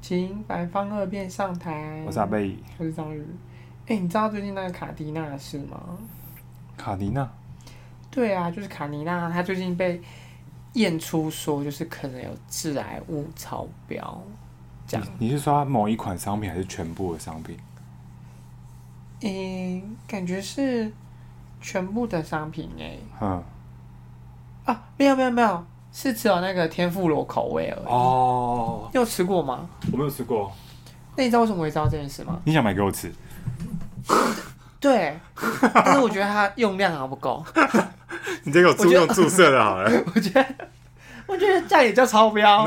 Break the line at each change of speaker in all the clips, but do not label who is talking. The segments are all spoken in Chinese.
请反方二辩上台。
我是阿，贝，
我是章鱼。哎、你知道最近那个卡迪娜的事吗？
卡迪娜，
对啊，就是卡迪娜，她最近被验出说就是可能有致癌物超标，这样。
你你是说它某一款商品还是全部的商品？
诶、感觉是全部的商品诶、
嗯，
啊，没有没有没有，是只有那个天妇罗口味而已。
哦，
你有吃过吗？
我没有吃过，
那你知道为什么我会知道这件事吗？
你想买给我吃？
对，但是我觉得它用量还不够，
你这个注用注射的好 了，
我觉得我觉得这样也叫超 标。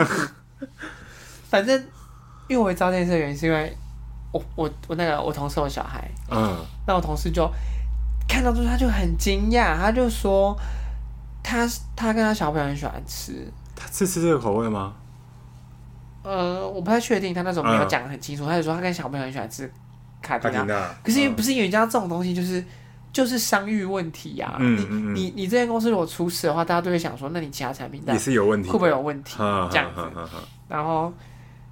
反正因为我会知道这件事的原因，是因为我我我那个我同事有小孩，
嗯，
那我同事就看到之后他就很惊讶，他就说他他跟他小朋友很喜欢吃，
他是吃这个口味吗？
呃，我不太确定，他那时候没有
嗯
讲得很清楚，他就说他跟小朋友很喜欢吃卡迪
卡迪嗯
娜，
娜，
啊可是因为不是因为人家这种东西就是就是商誉问题呀、
嗯
你
嗯嗯嗯
你你这间公司如果出事的话，大家都会想说，那你其他产品
也是有问题，嗯
会不 会有？问题？这样子，
子，
然后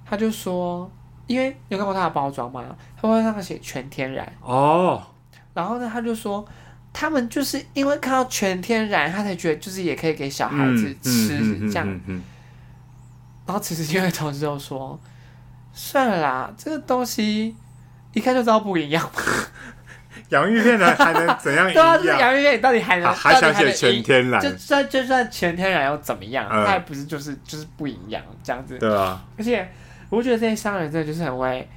他就说，因为你有看过它的包装吗？它包装上面写全天然，
哦，
然后呢，他就说。他们就是因为看到全天然，他才觉得就是也可以给小孩子吃、这样。
嗯嗯
然后其实因为同事就说，算了啦，这个东西一看就知道不一样嘛。
嗯洋芋片呢还能怎样一
对啊，这
样？
洋芋片你到底还能
还还
到
想
底还
写
能
全
赢
天然，
就算就算全天然又怎么样？
嗯
它也不是就是就是不一样这样子。
对啊，
而且我觉得这些商人真的就是很会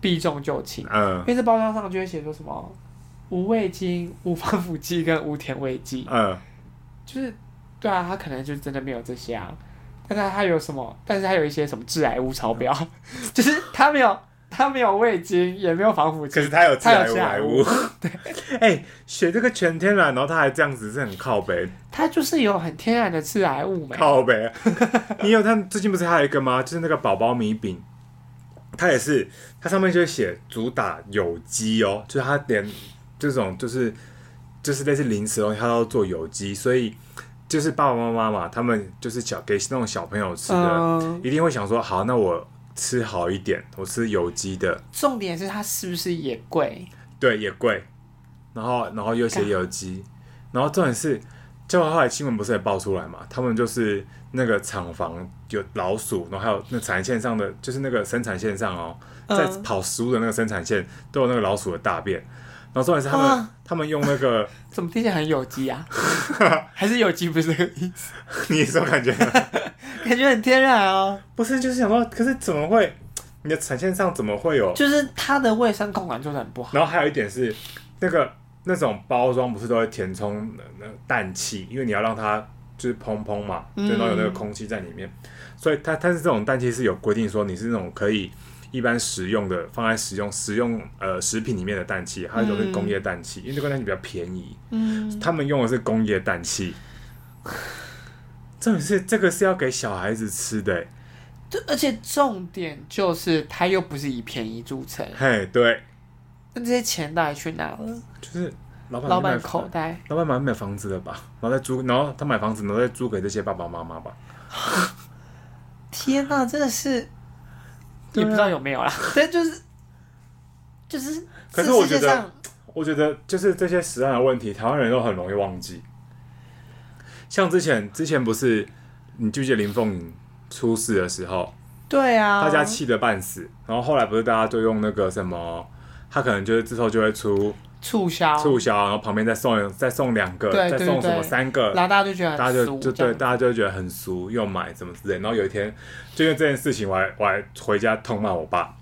避重就轻，啊
嗯
因为这包装上就会写说什么无味精、无防腐剂跟无甜味剂，
嗯，
就是对啊，它可能就真的没有这些啊。但是它有什么？但是它有一些什么致癌物超标， 就是它没有它没有味精，也没有防腐
可是
剂。
他有致
他有
癌
致
物，
癌
癌
物
物 对，哎，写这个全天然，然后他还这样子，是很靠 背。
它就是有很天然的致癌物嗯没？
靠呗。你有看最近不是还有一个吗？就是那个宝宝米饼，它也是，它上面就写主打有机哦，就是它连这种就是就是类似零食的东西，它都做有机，所以就是爸爸妈妈嘛，他们就是小给那种小朋友吃的，
嗯，
一定会想说，好，那我吃好一点，我吃有机的，
重点是它是不是也贵？
对，也贵，然后然后又写有机，然后重点是，就后来新闻不是也爆出来嘛，他们就是那个厂房有老鼠，然后还有那产线上的，就是那个生产线上哦，在
嗯
跑食物的那个生产线都有那个老鼠的大便，然后重点是他们、
啊
他们用那个，
怎么听起来很有机啊？还是有机不是这个意思？
你什么感觉？
感觉很天然哦，
不是，就是想说，可是怎么会，你的产线上怎么会有？
就是它的卫生控管做的很不好。
然后还有一点是，那个那种包装不是都会填充呃那氮气，因为你要让它就是砰砰嘛，就
嗯
然后有那个空气在里面，所以它它是这种氮气是有规定说你是那种可以一般食用的，放在食用食用呃食品里面的氮气，还有一种是
嗯
工业氮气，因为这个氮气比较便宜，
嗯，
他们用的是工业 氮气。重点是这个是要给小孩子吃的、欸，
对，而且重点就是它又不是以便宜著称，
嘿，对，
那这些钱到底去哪了？
就是老板
老
就
板
卖
口袋。
老板买买房子了吧？然后再租，然后他买房子，然后再租给这些爸爸妈妈吧。
天哪、真的是，也
对啊
不知道有没有 啦，但就是就是，
可是
这
我
世界
觉得
上
我觉得就是这些实案的问题，台湾人都很容易忘记。像之前之前不是你记不记得林凤营出事的时候，
对啊，
大家气得半死，然后后来不是大家就用那个什么，他可能就是之后就会出
促销，
促销，然后旁边再送再送两个，
啊对
再
对
送什
对
么三个，
然后大家就觉得
大家
很
就
俗
就
这
对，
样
大家就会觉得很俗，又买什么之类。然后有一天，就因为这件事情，我还我还回家痛骂我爸，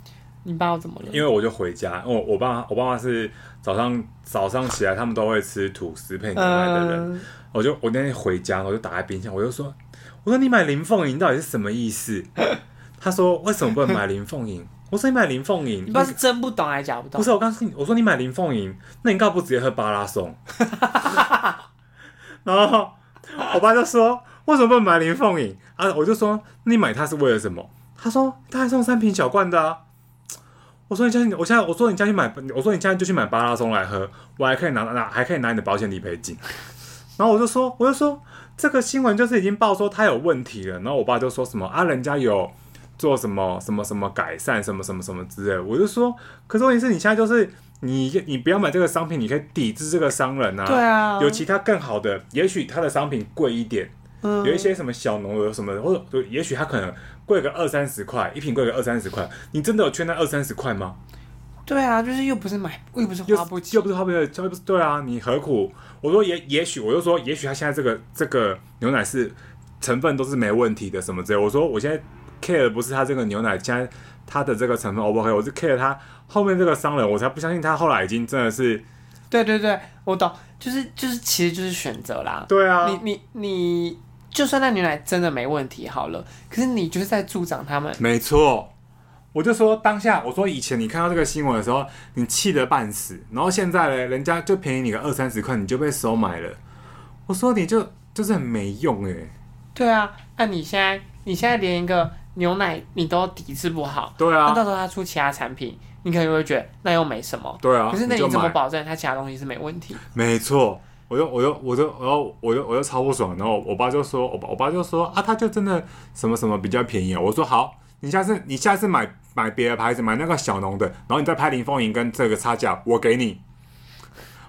你爸爸怎么了？
因为我就回家，我我爸我爸妈是早上早上起来，他们都会吃吐司配牛奶的人。
嗯，
我就我那天回家，我就打开冰箱，我就说，我说你买林凤营到底是什么 意思？他说为什么不能买林凤营？我说你买林凤营
你，爸是真不懂还是假不懂？
不是我告诉你，我说你买林凤营，那你干嘛不直接喝巴 拉松？然后我爸就说为什么不能买林凤营啊？我就说那你买它是为了什么？他说他还送三瓶小罐的啊。我说你下去，我现在我说你下去买，我说你现在就去买巴拉松来喝，我还可以拿拿还可以拿你的保险理赔金。然后我就说我就说这个新闻就是已经报说他有问题了，然后我爸就说什么啊人家有做什么什么什么改善，什么什么什么之类的。我就说，可是问题是你现在就是你你不要买这个商品，你可以抵制这个商人啊。
对啊，
有其他更好的，也许他的商品贵一点，
嗯
有一些什么小农有什么的，或者也许他可能贵个二三十块，一瓶贵个二三十块，你真的有缺那二三十块吗？
对啊，就是又不是买，又不是
又
花不起
又，不是花不起，又不是对啊，你何苦？我说也也许，我就说也许他现在这个这个牛奶是成分都是没问题的什么之类的。我说我现在 care 的不是他这个牛奶现在它的这个成分 O 不 OK，我是 care 他后面这个商人，我才不相信他后来已经真的是
对对对，我懂，就是就是，其实就是选择啦。
对啊，
你你你，就算那牛奶真的没问题好了，可是你就是在助长他们。
没错，我就说当下，我说以前你看到这个新闻的时候，你气得半死，然后现在嘞，人家就便宜你个二三十块，你就被收买了。我说你就就是很没用哎、
对啊，那你现在你现在连一个牛奶你都抵制不好，
对
那、
啊，
到时候他出其他产品，你可能会觉得那又没什么。
对啊，
可是那
就
你怎么
买？
保证他其他东西是没问题？
没错，我就我就我就然后我就我就超不爽，然后我爸就说，我爸我爸就说啊，他就真的什么什么比较便宜哦。我说好，你下次你下次买买别的牌子，买那个小农的，然后你再拍林凤营跟这个差价，我给你。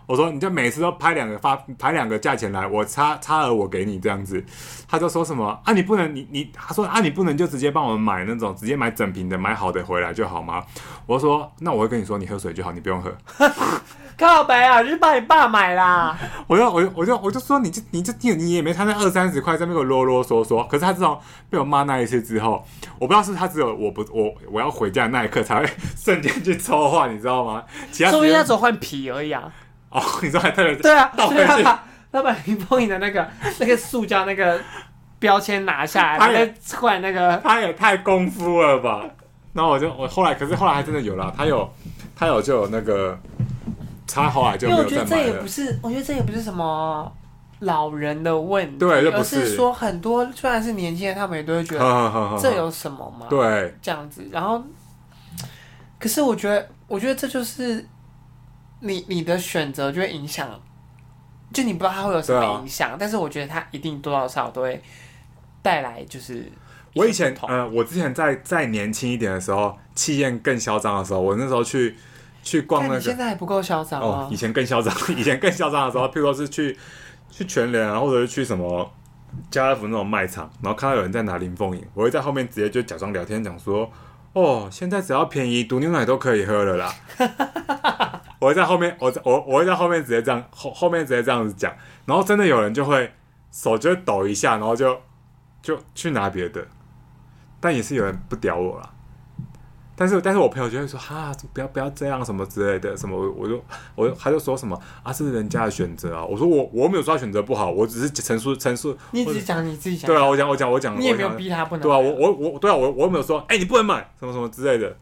我说你就每次都拍两个发拍两个价钱来，我差差额我给你这样子。他就说什么啊，你不能你你他说啊，你不能就直接帮我们买那种直接买整瓶的买好的回来就好吗？我说那我会跟你说，你喝水就好，你不用喝。
告白啊，就是帮你爸买啦。
我就我就我就我就说你就你就你你也没差那二三十块在那边给我啰啰嗦嗦，可是他自从被我骂那一次之后，我不知道是不是他只有我不我我要回家的那一刻才会瞬间去抽换，你知道吗？其他
说不
时
定他
间
只有换皮而已啊。
哦，你说还特别
对啊，
倒
所
回
以他
去
把他把林凤营的那个那个塑胶那个标签拿下来，然后
哎呀
再换那个
他也太功夫了吧？然后我就我后来可是后来还真的有了，他有他有就有那个，他后来就
因
没
为我
有
觉
再
得这
买
也
了
不。是，我觉得这也不是什么老人的问题，
对这不
而
是
是说很多虽然是年轻人，他们也都会觉得
呵呵呵
这有什么吗？
对
这样子，然后，可是我觉得，我觉得这就是你你的选择就会影响，就你不知道它会有什
对啊
么影响，但是我觉得它一定多多少少都会带来就是
我
一
以
些
前
不同。
呃，我之前在再年轻一点的时候，气焰更嚣张的时候，我那时候去去逛
但
那
你
个
现在还不够嚣张
哦
吗，
以？前更嚣张， 以前更嚣张的时候，譬如说是去去全联啊，或者是去什么家乐福那种卖场，然后看到有人在拿林凤营，我会在后面直接就假装聊天，讲说哦，现在只要便宜，毒牛奶都可以喝了啦。 我会在后面，我在我我会在后面直接这样后后面直接这样子讲，然后真的有人就会手就会抖一下，然后就就去拿别的，但也是有人不屌我啦。但是但是我朋友就会说哈，不要不要这样什么之类的，什么我我就我就他就说什么啊，这是人家的选择啊。我说我我没有说他选择不好，我只是陈述陈述。
你
我
只讲你自己讲，
对啊，我讲我讲我讲，
你也
我
没有
讲
逼他不能。
对啊，我我我对啊，我我又没有说，哎、你不能买什么什么之类的，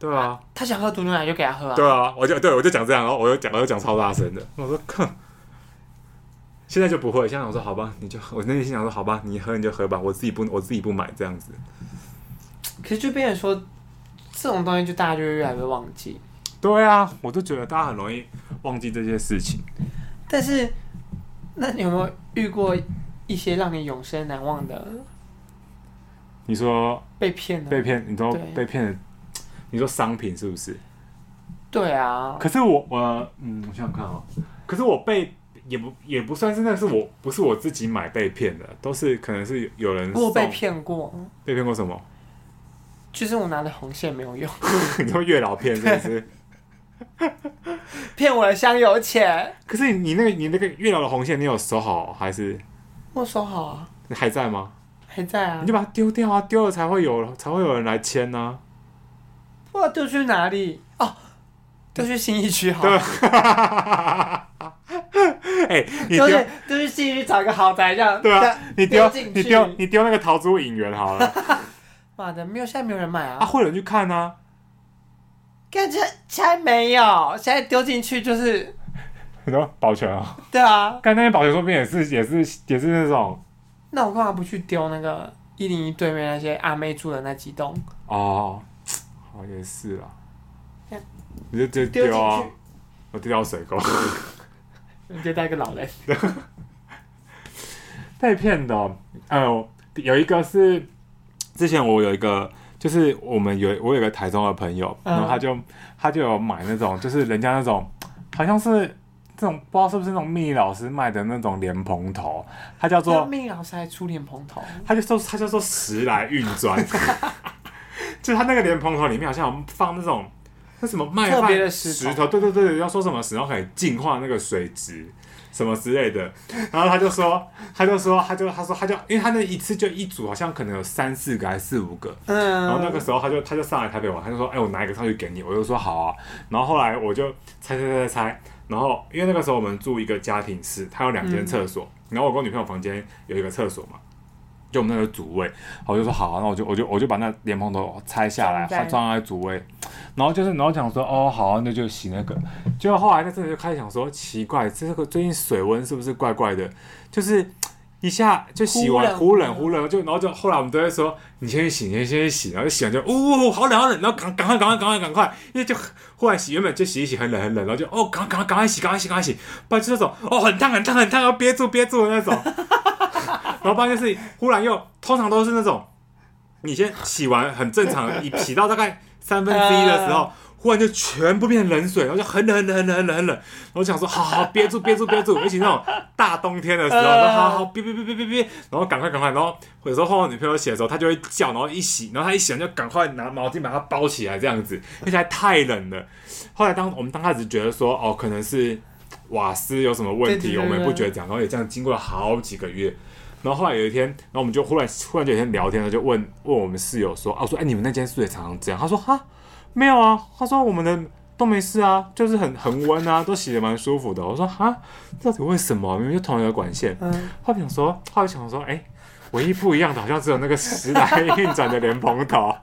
对啊，
他想喝毒牛奶就给他喝啊。
对啊，我就对我就讲这样，然后我就讲我就讲超大声的，我说哼，现在就不会，现在我说好吧，你就我内心想说好吧，你喝你就喝吧，我自己不我自己不买这样子，
可是就变成说，这种东西就大家就会越来越忘记。
对啊，我就觉得大家很容易忘记这些事情，
但是，那你有没有遇过一些让你永生难忘的
你说
被骗呢？
被骗，你说
对
被骗的，你说商品是不是？
对啊，
可是我我嗯，我想想看哦，可是我被也不也不算是，那是我不是我自己买被骗的，都是可能是有人
我有被
送
骗过，
被骗过什么？
就是我拿的红线没有用，
你说月老骗是不是？
骗我的香油钱，
可是你那个你那个月老的红线，你有收好还是
没收好啊，
还在吗？
还在啊
你就。把它丢掉啊，丢了才会有才会有人来签啊呢、
不知道丢去哪里哦，丢去新一区好
对啊
了，
哎、你
丢
丢
去丢去新一区找一个豪宅这样。
对
这
啊
样，
你丢
丢进去
你丢你丢那个逃租引援好了
妈的，没有，现在没有人买
啊，
啊。
会有人去看啊。
感觉现在没有，现在丢进去就是，
你说保全啊、
对啊。
刚才那些保全说不定也是也是也是那种
那我干嘛不去丢那个一零一对面那些阿妹住的那几栋？
哦，好也是啦
这样，
你就直接
丢进
丢啊
去，
我丢到水沟。
你就带个老人。
被骗的哦、呃，有一个是之之前我有一个，就是我们有我有一个台中的朋友，
嗯
然后他就他就有买那种，就是人家那种好像是这种不知道是不是那种蜜老师卖的那种莲蓬头，它叫
那
做
命老师还出莲蓬头，
他就说他就说时来运 转，就他那个莲蓬头里面好像有放那种那什么麦
特别的
饭
石头
石头，对对对，要说什么石头可以净化那个水质什么之类的。然后他就说，他就说，他就他说他就因为他那一次就一组，好像可能有三四个还是四五个，
嗯，
然后那个时候他就他就上来台北玩，他就说：“哎、我拿一个上去给你。”我就说：“好啊。”然后后来我就猜猜猜猜猜，然后因为那个时候我们住一个家庭室，它有两间厕所，然后我跟我女朋友房间有一个厕所嘛，就我们那个主卫，然后我就说：“好、啊。”那我就我就我就把那莲蓬头拆下来，
装在
换装在主卫，然后就是然后讲说：“哦，好、啊，那就洗那个。”结果后来那真的就开始想说：“奇怪，这个最近水温是不是怪怪的？就是。”一下就洗完，忽
忽
冷
冷
忽冷，就然后就后来我们都会说，你先去洗，你先去洗，然后洗完就呜、哦，好冷好冷，然后赶赶快赶快赶快赶快，因为就忽然洗，原本就洗一洗很冷很冷，然后就哦赶快赶快赶快洗赶快洗赶快洗，不然就那种哦很烫很烫很烫，要憋住憋住的那种， 然后不然就是忽然又通常都是那种，你先洗完很正常，你洗到大概三分之一的时候。忽然就全部变冷水，然后就很冷很冷很冷很冷很冷，然后想说好好憋住憋住憋住，尤其那种大冬天的时候，
嗯
然后好好憋憋憋憋憋憋，然后赶快赶快，然后有时候换我女朋友洗的时候，她就会叫，然后一洗，然后她一洗完就赶快拿毛巾把它包起来这样子，而且还太冷了。后来当我们刚开始觉得说哦，可能是瓦斯有什么问
对对
题，
对
我们
对
也不觉得讲，然后也这样经过了好几个月。然后后来有一天，然后我们就忽然忽然就有一天聊天了，就问问我们室友说，啊，我说哎、你们那间宿也常常这样？他说哈没有啊，他说我们的都没事啊，就是很恒温啊，都洗的蛮舒服的。我说哈，到底为什么？明明就同一个管线。
嗯，
后来想说，后来想说，哎、唯一不一样的好像只有那个时来运转的莲蓬头。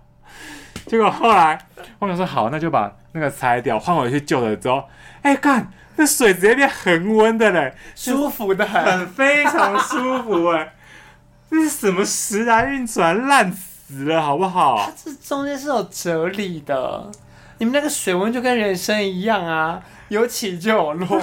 结果后来我想说，好，那就把那个拆掉，换回去旧的之后，哎、干，那水直接变恒温的嘞，
舒服的很，
很非常舒服哎、这是什么时来运转，烂死了，好不好
它？ 这中间是有哲理的。你们那个水温就跟人生一样啊，有起就有 落，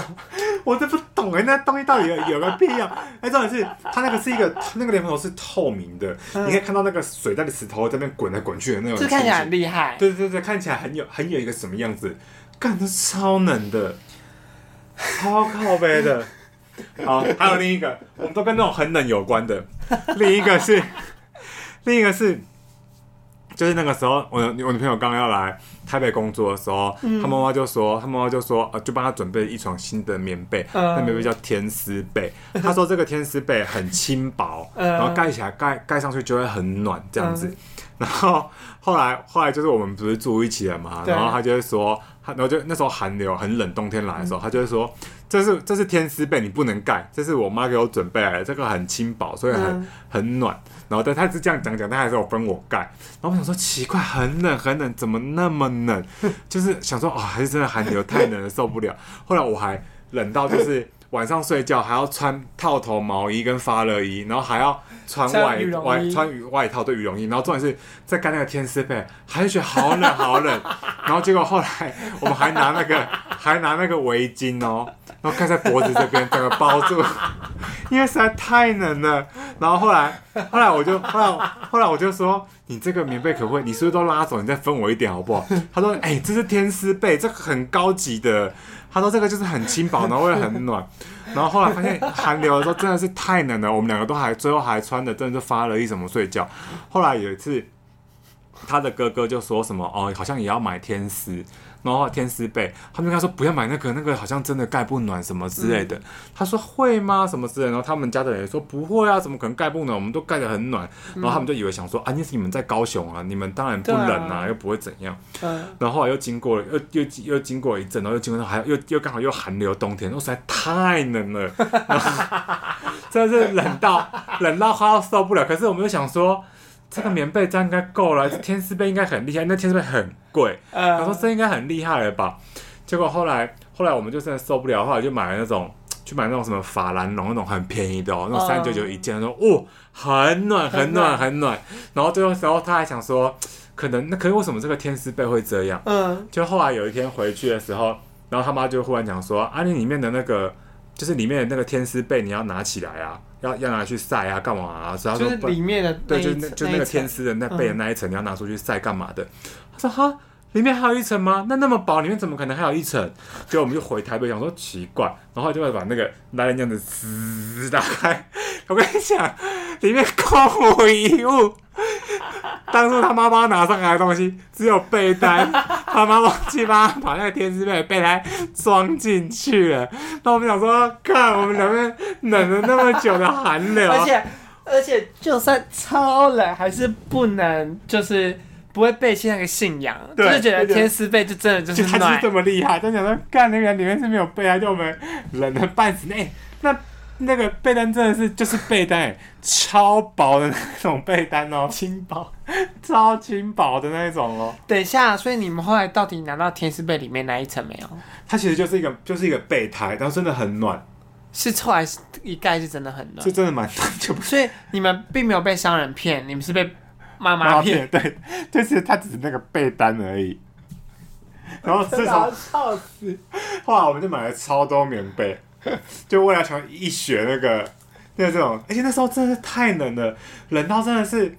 我都不懂哎、那东西到底有有个屁用？哎、重点是它那个是一个那个莲蓬头是透明的，你可以看到那个水在石头这边滚来滚去的那种
这
情形，
看起来很厉害。
对对对，看起来很有很有一个什么样子，干的超冷的，超靠背的。好，还有另一个，我们都跟那种很冷有关 的。另一个是，另一个是，就是那个时候我的我女朋友刚要来台北工作的时候，
嗯
她妈妈就说，她妈妈就说，呃，就帮她准备一床新的棉被，
嗯
那棉被叫天丝被。她说这个天丝被很轻薄，
嗯
然后盖起来盖盖上去就会很暖这样子
嗯。
然后后来后来就是我们不是住一起了嘛，
对
然后他就会说，他然后就那时候寒流很冷，冬天来
嗯
的时候，他就会说，这是这是天丝被，你不能盖，这是我妈给我准备来的，这个很轻薄，所以很、
嗯
很暖。然后但他是这样讲讲，但还是有分我盖。然后我想说奇怪，很冷很冷，怎么那么冷？就是想说哦，还是真的寒流太冷了受不了。后来我还冷到就是。晚上睡觉还要穿套头毛衣跟发热衣，然后还要穿
穿
外
羽绒
外
衣
穿羽外套对羽绒衣，然后重点是在干那个天丝被，还是觉得好冷好冷，然后结果后来我们还拿那个还拿那个围巾哦，然后盖在脖子这边，整个包住， 因为实在太冷了。然后后来后来我就后来后来我就说，你这个棉被可不可以？你是不是都拉走？你再分我一点好不好？他说，哎、这是天丝被，这个很高级的。他说这个就是很轻薄，然后会很暖。然后后来发现寒流的时候真的是太冷了，我们两个都还最后还穿的真的是发了一什么睡觉。后来有一次，他的哥哥就说什么哦，好像也要买天丝，然后天丝被，他们就跟他说不要买那个，那个好像真的盖不暖什么之类的。他说会吗？什么之类的。然后他们家的人说不会啊，怎么可能盖不暖？我们都盖得很暖。然后他们就以为想说啊，你你们在高雄啊，你们当然不冷
对
啊，
啊
又不会怎样。
嗯，
然后后来又经过了，又又又经过一阵，然后又经过到还又又刚好又寒流冬天，我实在太冷了， 然后真的是冷到冷到快要受不了。可是我们又想说，这个棉被这样应该够了，天丝被应该很厉害，那天丝被很贵，
呃
他说这应该很厉害了吧？结果后来后来我们就真的受不了，后来就买了那种。去买那种什么法兰绒那种很便宜的哦，那种三
嗯
九九一件，说哦很暖很
很
暖
暖
很暖。然后最后时候他还想说，可能那可是为什么这个天丝被会这样？
嗯，
就后来有一天回去的时候，然后他妈就忽然讲说：“啊，你里面的那个就是里面的那个天丝被你要拿起来啊，要要拿去晒啊，干嘛啊？所以他
就
说
是
不
里面的那
对，
一
就是那
层
就
一
是那个
层嗯
天丝的那背的那一层，你要拿出去晒干嘛的？他说哈，里面还有一层吗？那那么薄，里面怎么可能还有一层？结果我们就回台北，想说奇怪，然后就会把那个拉链这样子撕打开。我跟你讲，里面空无一物。当初他妈妈拿上来的东西只有被单，他妈忘记帮他把那个天丝被的被单装进去了。那我们想说，看我们两边冷了那么久的寒流，
而且而且，就算超冷，还是不能就是不会背弃那个信仰，就
对
是觉得
对对
天丝被就真的就
就是他就是
暖
这。么厉害，他想说干那个里面是没有被单，就我们冷的半死。哎、那那个被单真的是就是被单、哎超薄的那种被单 哦，轻薄，超轻薄的那一种哦。
等一下，所以你们后来到底拿到天丝被里面那一层没有？
它其实就是一个就是一个备胎，然后真的很暖，
是后来是一盖是真的很暖
就，真的蛮暖， 就不是
所以你们并没有被商人骗，你们是被妈妈
妈
骗。
片，对，就是它只是那个被单而已。然后自
真的
从
要 笑死！
后来我们就买了超多棉被， 就为了想一雪那个那这种，而且那时候真的是太冷了，冷到真的是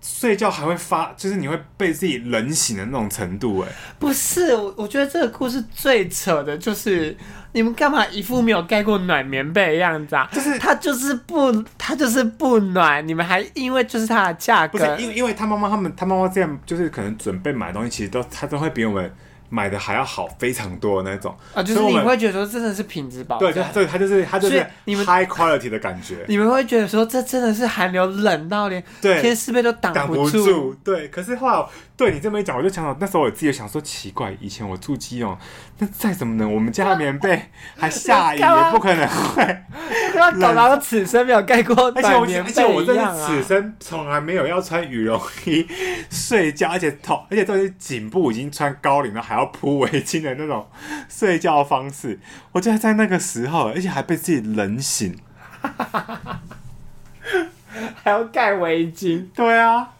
睡觉还会发，就是你会被自己冷醒的那种程度哎。
不是我，我觉得这个故事最扯的就是你们干嘛一副没有盖过暖棉被的样子啊？
就是
它就是不，它就是不暖，你们还因为就是它的价
不
格
是，因为因为他妈妈他们他妈妈这样就是可能准备买东西，其实都他都会比我们买的还要好非常多的那种
啊，就是
所
你
以我们
会觉得说真的是品质保
对，
证
就，对他就是他就是
哦所以你们
high quality 的感觉，
你们会觉得说这真的是寒流冷到连
对
天丝被都挡
挡不
不
住，对。可是后来对你这么一讲，我就想到那时候我自己也想说，奇怪，以前我住基隆，那再怎么冷，我们家的棉被 还下雨，
干嘛
也不可 能会。
对吧？搞到我此生没有盖过
而且我
暖棉
而且我
被一
真
样
的
啊！
此生从来没有要穿羽绒衣睡觉，而且头而且这是颈部已经穿高领了，还要铺围巾的那种睡觉方式。我就在那个时候，而且还被自己冷醒。
还要盖围巾，
对啊，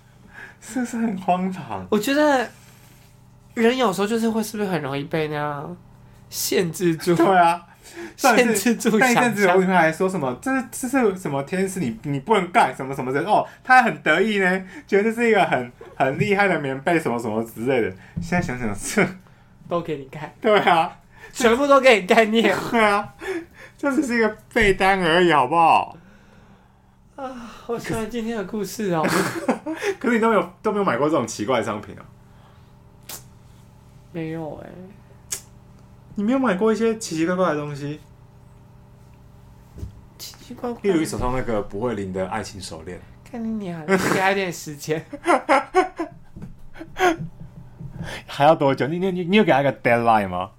是不是很荒唐？
我觉得人有时候就是会是不是很容易被那样限制住？
对啊。上一
限
次
制住
那一阵
想
子，我
象。
女还说什么，这是这是什么天使你你不能干什么什么的哦，她还很得意呢，觉得这是一个很很厉害的棉被什么什么之类的。现在想想 是，
都给你盖，
对啊，
全部都给你盖念。
对啊，这只是一个被单而已，好不好？
好喜欢今天的故事哦，
可是你都没有都没有买过这种奇怪的商品啊？
没有哎、
你没有买过一些奇奇怪怪的东西，
奇奇怪怪。
例如你手上那个不会灵的爱情手链，
看你娘，给他一点时间。
还要多久？你你你你有给他一个 deadline 吗？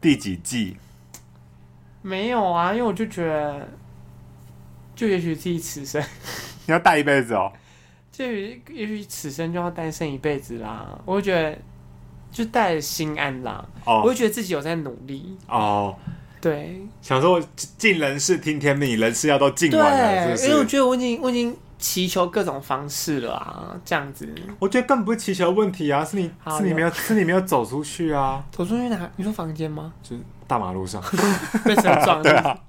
第几季？
没有啊，因为我就觉得，就也许自己此生，
你要带一辈子哦。
就也许也许此生就要单身一辈子啦。我就觉得，就带着心安啦。我
哦
就觉得自己有在努力，
哦，
对
想说尽人事听天命，人事要都尽
对
完了，，是
因为我
不是？
觉得我已经我已经祈求各种方式了啊，这样 子
我觉得根本不是祈求问题啊，是你
好
是你没有是你没有走出去啊，
走出去哪？你说房间吗？
就是大马 路上，
被车撞
对
是不是
啊，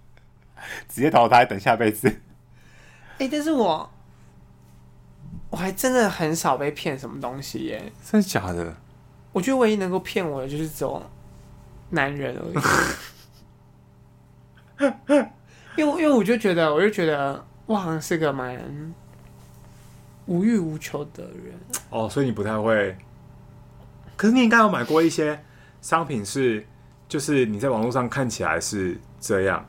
直接淘汰，等下辈子。
哎、但是我我还真的很少被骗什么东西耶。
真的假的？
我觉得唯一能够骗我的就是只有男人而已。因为因为我就觉得，我就觉得我好像是个蛮无欲无求的人。
哦，所以你不太会。可是你应该有买过一些商品是，就是你在网络上看起来是这样，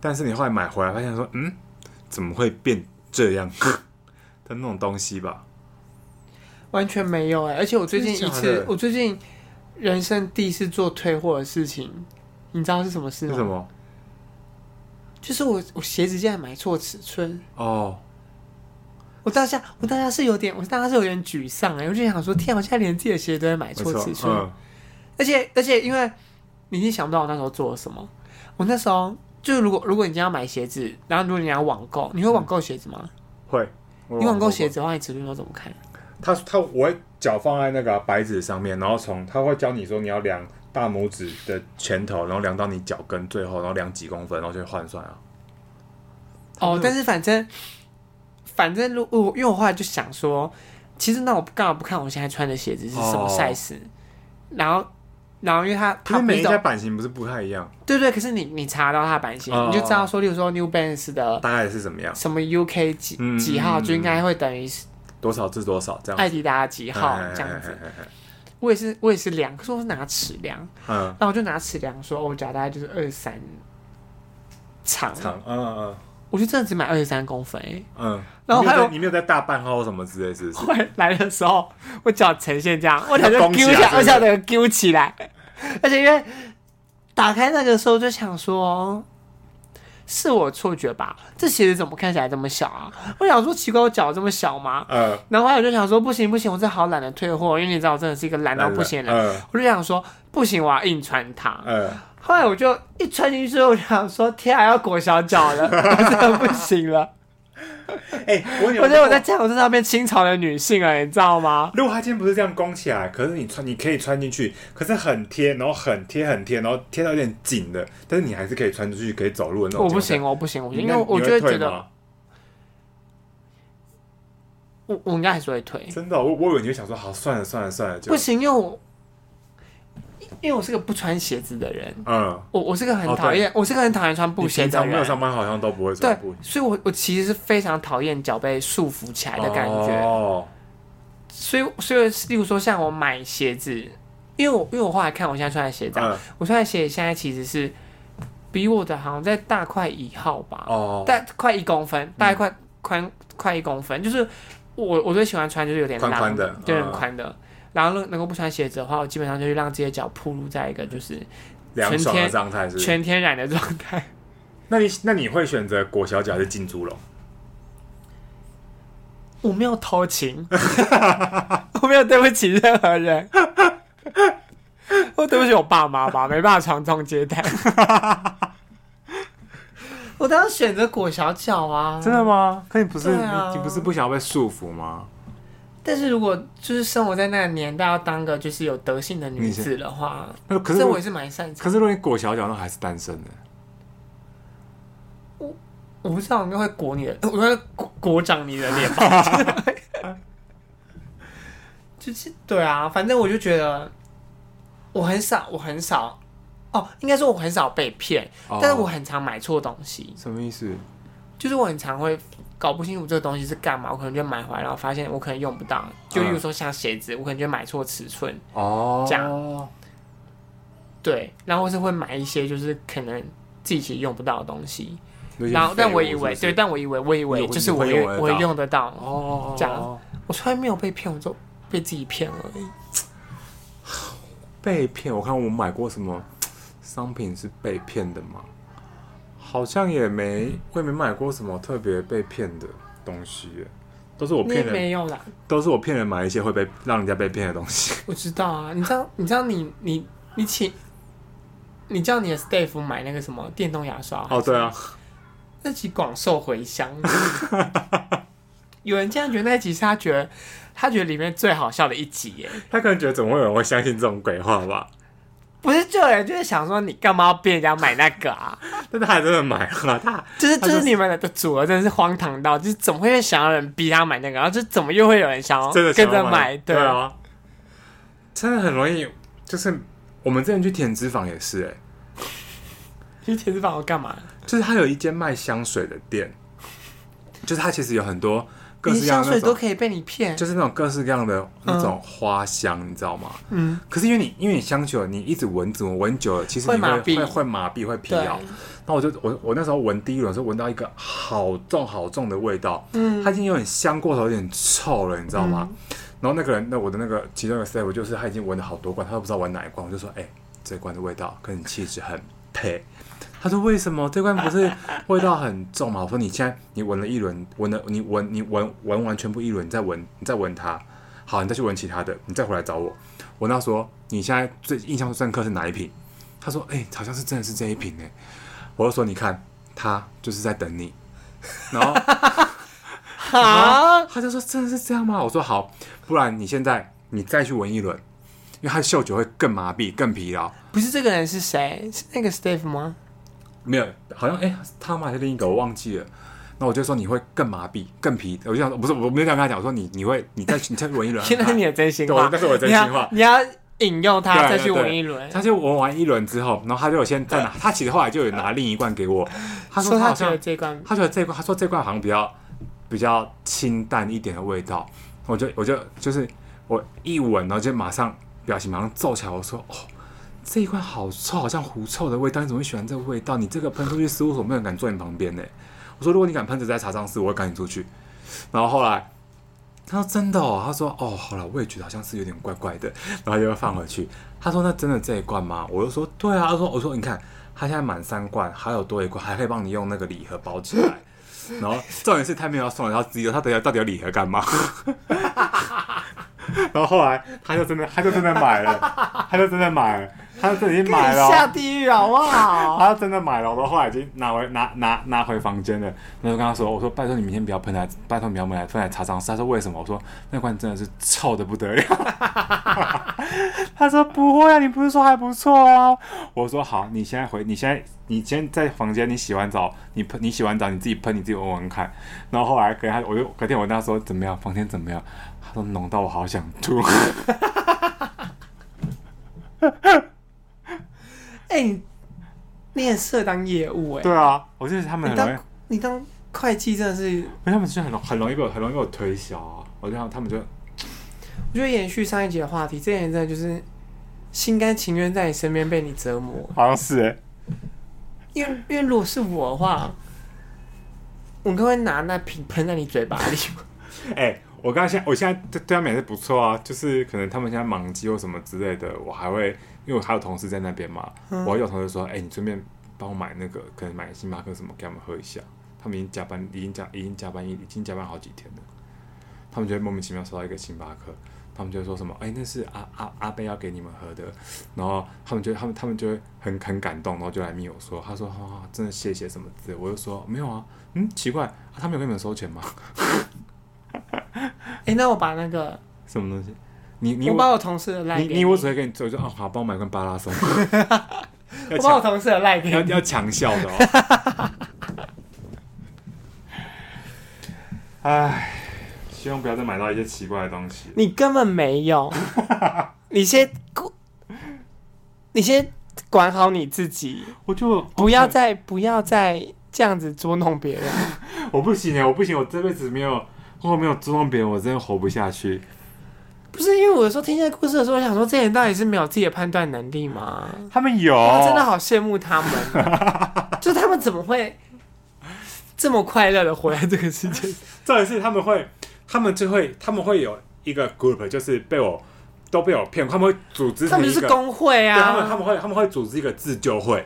但是你后来买回来发现说，嗯，怎么会变这样 的那种东西吧？
完全没有哎、而且我最近一
真的假
次
的，
我最近人生第一次做退货的事情，你知道是什么事
是
吗？
什么？
就是我我鞋子竟然买错尺寸，
哦，
我当下我当下是有点，我当下是有点沮丧哎、我就想说天啊，我现在连自己的鞋都会买
没
错
错
尺，寸，
嗯，
而且而且因为你一定想不到我那时候做了什么，我那时候。就是如果如果你今天要买鞋子，然后如果你要网购，你会网购鞋子吗？
会。嗯我
你网购
过
鞋子的话，你尺寸都怎么看？
他他我会脚放在那个白纸上面，然后从他会教你说你要量大拇指的拳头，然后量到你脚跟最后，然后量几公分，然后就换算啊。
哦，但是反正反正如我因为我后来就想说，其实那我干嘛不看我现在穿的鞋子是什么
哦
size？、然后然后因为它
因
它
为每一
那
家
种
版型不是不太一样，
对对，可是你你查到它的版型，
哦
你就知道说，例如说 New Balance 的
大概是怎么样，
什么 UK 几、
嗯
几号，就应该会等于是
多少至多少这样。
艾迪达几号
哎
这样子。。
哎哎哎哎
我也是我也是量，可是我是拿尺量，
嗯，
那我就拿尺量说，哦我脚大概就是二三长，
长，嗯嗯
我就真的只买二十三公分、欸。
嗯。
然后
你没
还
有
有
在你没有在大半号什么之类，是不是？
后来来的时候，我脚呈现这 样，我两个
绷起
揪
来
起来，我
对啊不对
脚两个揪起来，而且因为打开那个时候就想说，是我错觉吧？这鞋子怎么看起来这么小啊？我想说奇怪，我脚这么小吗？
呃，
然后后来我就想说不行不行，我这好懒得退货，因为你知道我真的是一个懒到不行的人，
嗯
我就想说不行，我要硬穿它。
嗯，
后来我就一穿进去之后，我就想说天啊，要裹小脚了， 我真的不行了。
哎，我
我觉得我在，江湖上面清朝的女性了，你知道吗？
如果它今天不是这样弓起来，可是你穿，你可以穿进去，可是很贴，然后很贴很贴，然后贴到有点紧的，但是你还是可以穿出去，可以走路的那种。
我不行，，我不行，我不行，因
那
为
你
我
会
就会
退
觉得嗯
吗
我我应该还是会退，
真的哦，我我以为你会想说，好，算了算了算了，就
不行，因为我因为我是个不穿鞋子的人，
嗯，
我我是个很
哦
讨厌，我是个很讨厌穿
你
布鞋
平
的
常没有
人，
上班好像都不会穿
对
布鞋，
所以我我其实是非常讨厌脚被束缚起来的感觉，
哦，
所以所以例如说像我买鞋子，因为我因为我后来看我现在穿的鞋子啊，
嗯，
我穿的鞋现在其实是比我的好像在大块一号吧，
哦，嗯
大快一公分，大概快宽快一公分，就是我我最喜欢穿就是有点
宽
浪
宽的
对，
嗯
很宽的。然后能能够不穿鞋子的话，我基本上就是让自己的脚暴露在一个就是
凉爽的
全
状态是不是。
全天然的状态。
那你那你会选择裹小脚还是进猪笼？
我没有偷情， 我没有对不起任何人，我对不起我爸妈吧，没办法传宗接代。 我当时选择裹小脚啊，
的吗？可你不
是对啊你你不是
不想要被束缚吗？
但是如果就是生活在那个年代，要当个就是有德性的女
你是
子的话，
那可
这我也是蛮擅长。
可是如果你裹小脚，那还是单身的。
我不知道，我应该会裹你的， 我应该会裹裹掌你的脸吧。 就是对啊，反正我就觉得我很少，我很少哦，应该说我很少被骗，
哦
但是我很常买错东西，
什么意思？
就是我很常会搞不清楚这个东西是干嘛，我可能就买回来，然后发现我可能用不到。
嗯
就例如说像鞋子，我可能就买错尺寸，
哦，
这样对，然后是会买一些就是可能自己其实用不到的东西，
有点废物。
然后但我以
是不
为
是
对，但我以为我以为
你
就是
你
我
会
也
用得
我也
到
用得到，
哦，
这样我从来没有被骗，我就被自己骗了。
被骗。我看我买过什么商品是被骗的吗？好像也没，我也没买过什么特别被骗的东西耶，都是我
你也
骗人，
没有啦，
都是我骗人买一些会被让人家被骗的 东西。
我知道啊。你知道，你知道你你你请，你叫你的 staff 买那个什么电动牙刷，
哦，对啊，
那集广受回响。有人竟然觉得那集是他觉得他觉得里面最好笑的一集耶，
他可能觉得怎么会有人会相信这种鬼话吧？
不是就有人就是想说你干嘛要逼人家买那个啊？
但他还真的买了，他
就是
他
就
就是
你们的组合真的是荒唐到，就是怎么会想要有人逼他买那个，然后就怎么又会有人想要
真的
跟
想要
着买？
买，
对，
啊，真的很容易，就是我们之前去田脂坊也是、欸，
去田子坊我干嘛？
就是它有一间卖香水的店，就是它其实有很多各
连
式各样
香
的那
水都
种，
可以被你骗，
就是那种各式各样的那种花香，你知道吗？
嗯，
可是因为你因为你香久了，你一直闻怎么闻久了，其实
会
你会
麻痹
会会麻痹，会疲
对
劳。那我就我我那时候闻第一轮的时候，闻到一个好重好重的味道，
嗯
它已经有点香过头，有点臭了，你知道吗？然后那个人，那我的那个其中一个 staff 就是他已经闻了好多罐，他都不知道闻哪一罐，我就说，哎、这罐的味道跟你气质很配。他说为什么这罐不是味道很重吗？我说你现在你闻了一轮，闻了你闻你闻闻完全部一轮，你再闻你再闻它，好，你再去闻其他的，你再回来找我。我那说你现在最印象最深刻是哪一瓶？他说哎、好像是真的是这一瓶哎、我就说你看他就是在等你，然后。
啊，
啊他就说真的是这样吗？我说好，不然你现在你再去闻一轮，因为他的嗅觉会更麻痹、更疲劳。
不是这个人是谁？是那个 Steve 吗？，
没有，好像哎、他们还是另一个，我忘记了。那我就说你会更麻痹、更疲，我就想说不是，我没有这样跟他讲，我说你你会你再你再闻一 轮
现在你的真心
嗯对
话
我，那是我的真
你要
心话
你要引诱他
对
再去
对对
闻一轮。
他就闻完一轮之后，然后他就有先再拿，他其实后来就有拿另一罐给我，他说
说
他
他
好
觉
像
得这一罐
他觉得这罐，他说这罐好像比较比较清淡一点的味道，我就我就就是我一闻，然后就马上表情马上皱起来，我说哦，这一罐好臭，好像狐臭的味道，你怎么会喜欢这个味道？你这个喷出去，事务所没有人敢坐你旁边呢。我说如果你敢喷，直接在茶上室，我会赶你出去。然后后来。他说真的哦，他说哦，好了，我也觉得好像是有点怪怪的，然后就放回去。他说那真的这一罐吗？我就说对啊。他说我说你看，他现在满三罐，还有多一罐，还可以帮你用那个礼盒包起来。然后重点是他没有要送了，他自己他等下到底要礼盒干嘛？ 然后后来他就真的他就真的买了，他就真的买了，他就真的已经 买了哦、
下地狱好不 好？
他啊真的买了，我都后来已经拿回拿拿拿回房间了。然后就跟他说：“我说拜托你明天不要喷来，拜托你不要喷来喷来茶上室。”他说：“为什么？”我说：“那罐真的是臭的不得了。” 他说：“不会啊，你不是说还不错啊？”我说：“好，你现在回，你现在你先在房间，你洗完澡，你喷你洗完澡你自己喷，你自己闻闻看。”然后后来隔天他我就隔天我跟他说：“怎么样？房间怎么样？”他说：“浓到我好想 吐。
哎、你你也适合当业务哎、”
对啊，我就是他们
你
很容易
当。你当会计真的是，
因为他们就很容很容易被我很容易被我推销啊，我就让他们就
我觉得延续上一集的话题，这些人真的就是心甘情愿在你身边被你折磨。
好像是、欸，
因为因为如果是我的话，我可能会拿那瓶喷在你嘴巴里。
哎、我刚刚现在我现在对对他们也是不错啊，就是可能他们现在忙季或什么之类的，我还会，因为我还有同事在那边嘛，我还有同事说，哎、你顺便帮我买那个，可能买星巴克什么给他们喝一下，他们已经加班，已经加已经加班已已经加班好几天了，他们就会莫名其妙收到一个星巴克。他们就会说什么，哎、那是阿阿阿贝要给你们喝的，然后他们就他们他们就会很很感动，然后就来密我说，他说哈、啊真的谢谢什么之类，我就说没有啊，嗯，奇怪，啊、他们有跟你们收钱吗？
哎、那我把那个，
什么东西？你你
我
我
把我同事的赖
你
给
你我只会跟你说，我就哦好，帮我买罐 巴拉松，要
我把我
强
同事的赖给
要
你。
要强效的哦。 唉，希望不要再买到一些奇怪的东西。
你根本没 有，你先顾，你先管好你自己，
我就
不要，再不要再这样子捉弄 别人。
我不行哎，我不行，我这辈子没有，如果没有尊重别人，我真的活不下去。
不是因为我有时候听这个故事的时候，我想说这些人到底是没有自己的判断能力吗？
他们有，
我啊真的好羡慕他们， 就他们怎么会这么快乐的活在这个世界？
重点是他们会，他们就会，他们会有一个 group，就是被我都被我骗，他们会组织
他
成
们
一
就是
个
工会
对，他们他
啊，
们会他们会组织一个自救会，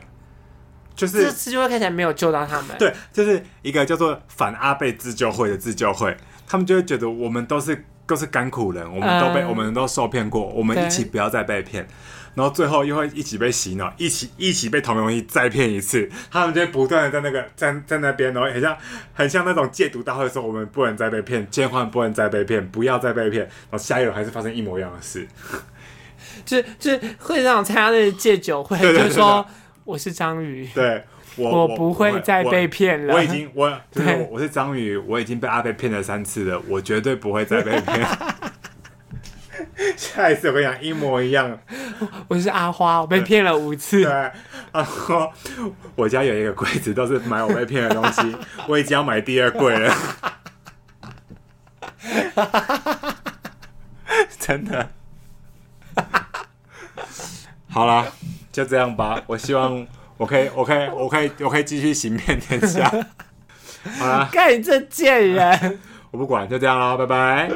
就
这
是
次就会看起来没有救到他们。，
对，就是一个叫做反阿贝自救会的自救会，他们就会觉得我们都是都是甘苦人，我们都被、
嗯
我们都受骗过，我们
对
一起不要再被骗。然后最后又会一起被洗脑，一起一起被同容易再骗一次，他们就会不断的在那个在在那边，然哦后很像很像那种戒毒大会说，我们不能再被骗，千万不能再被骗，不要再被骗。然后下一轮还是发生一模一样的事，
就是就是会让我参加那些戒酒会，
对对
就
对
是说我是章鱼，
对我
我不会再
我
被骗了。
我已经 我就是
对
我我是章鱼，我已经被阿贝骗了三次了，我绝对不会再被 骗。下一次我跟你讲一模一样，
我是阿花，我被骗了五次
对。。然后我家有一个柜子，都是买我被骗的东西，我已经要买第二柜了。真的。好啦，就这样吧。我希望我可以，我可以，我可以，我可以继续行骗天下。好啦，
看你这贱人！
我不管，就这样啦，拜拜。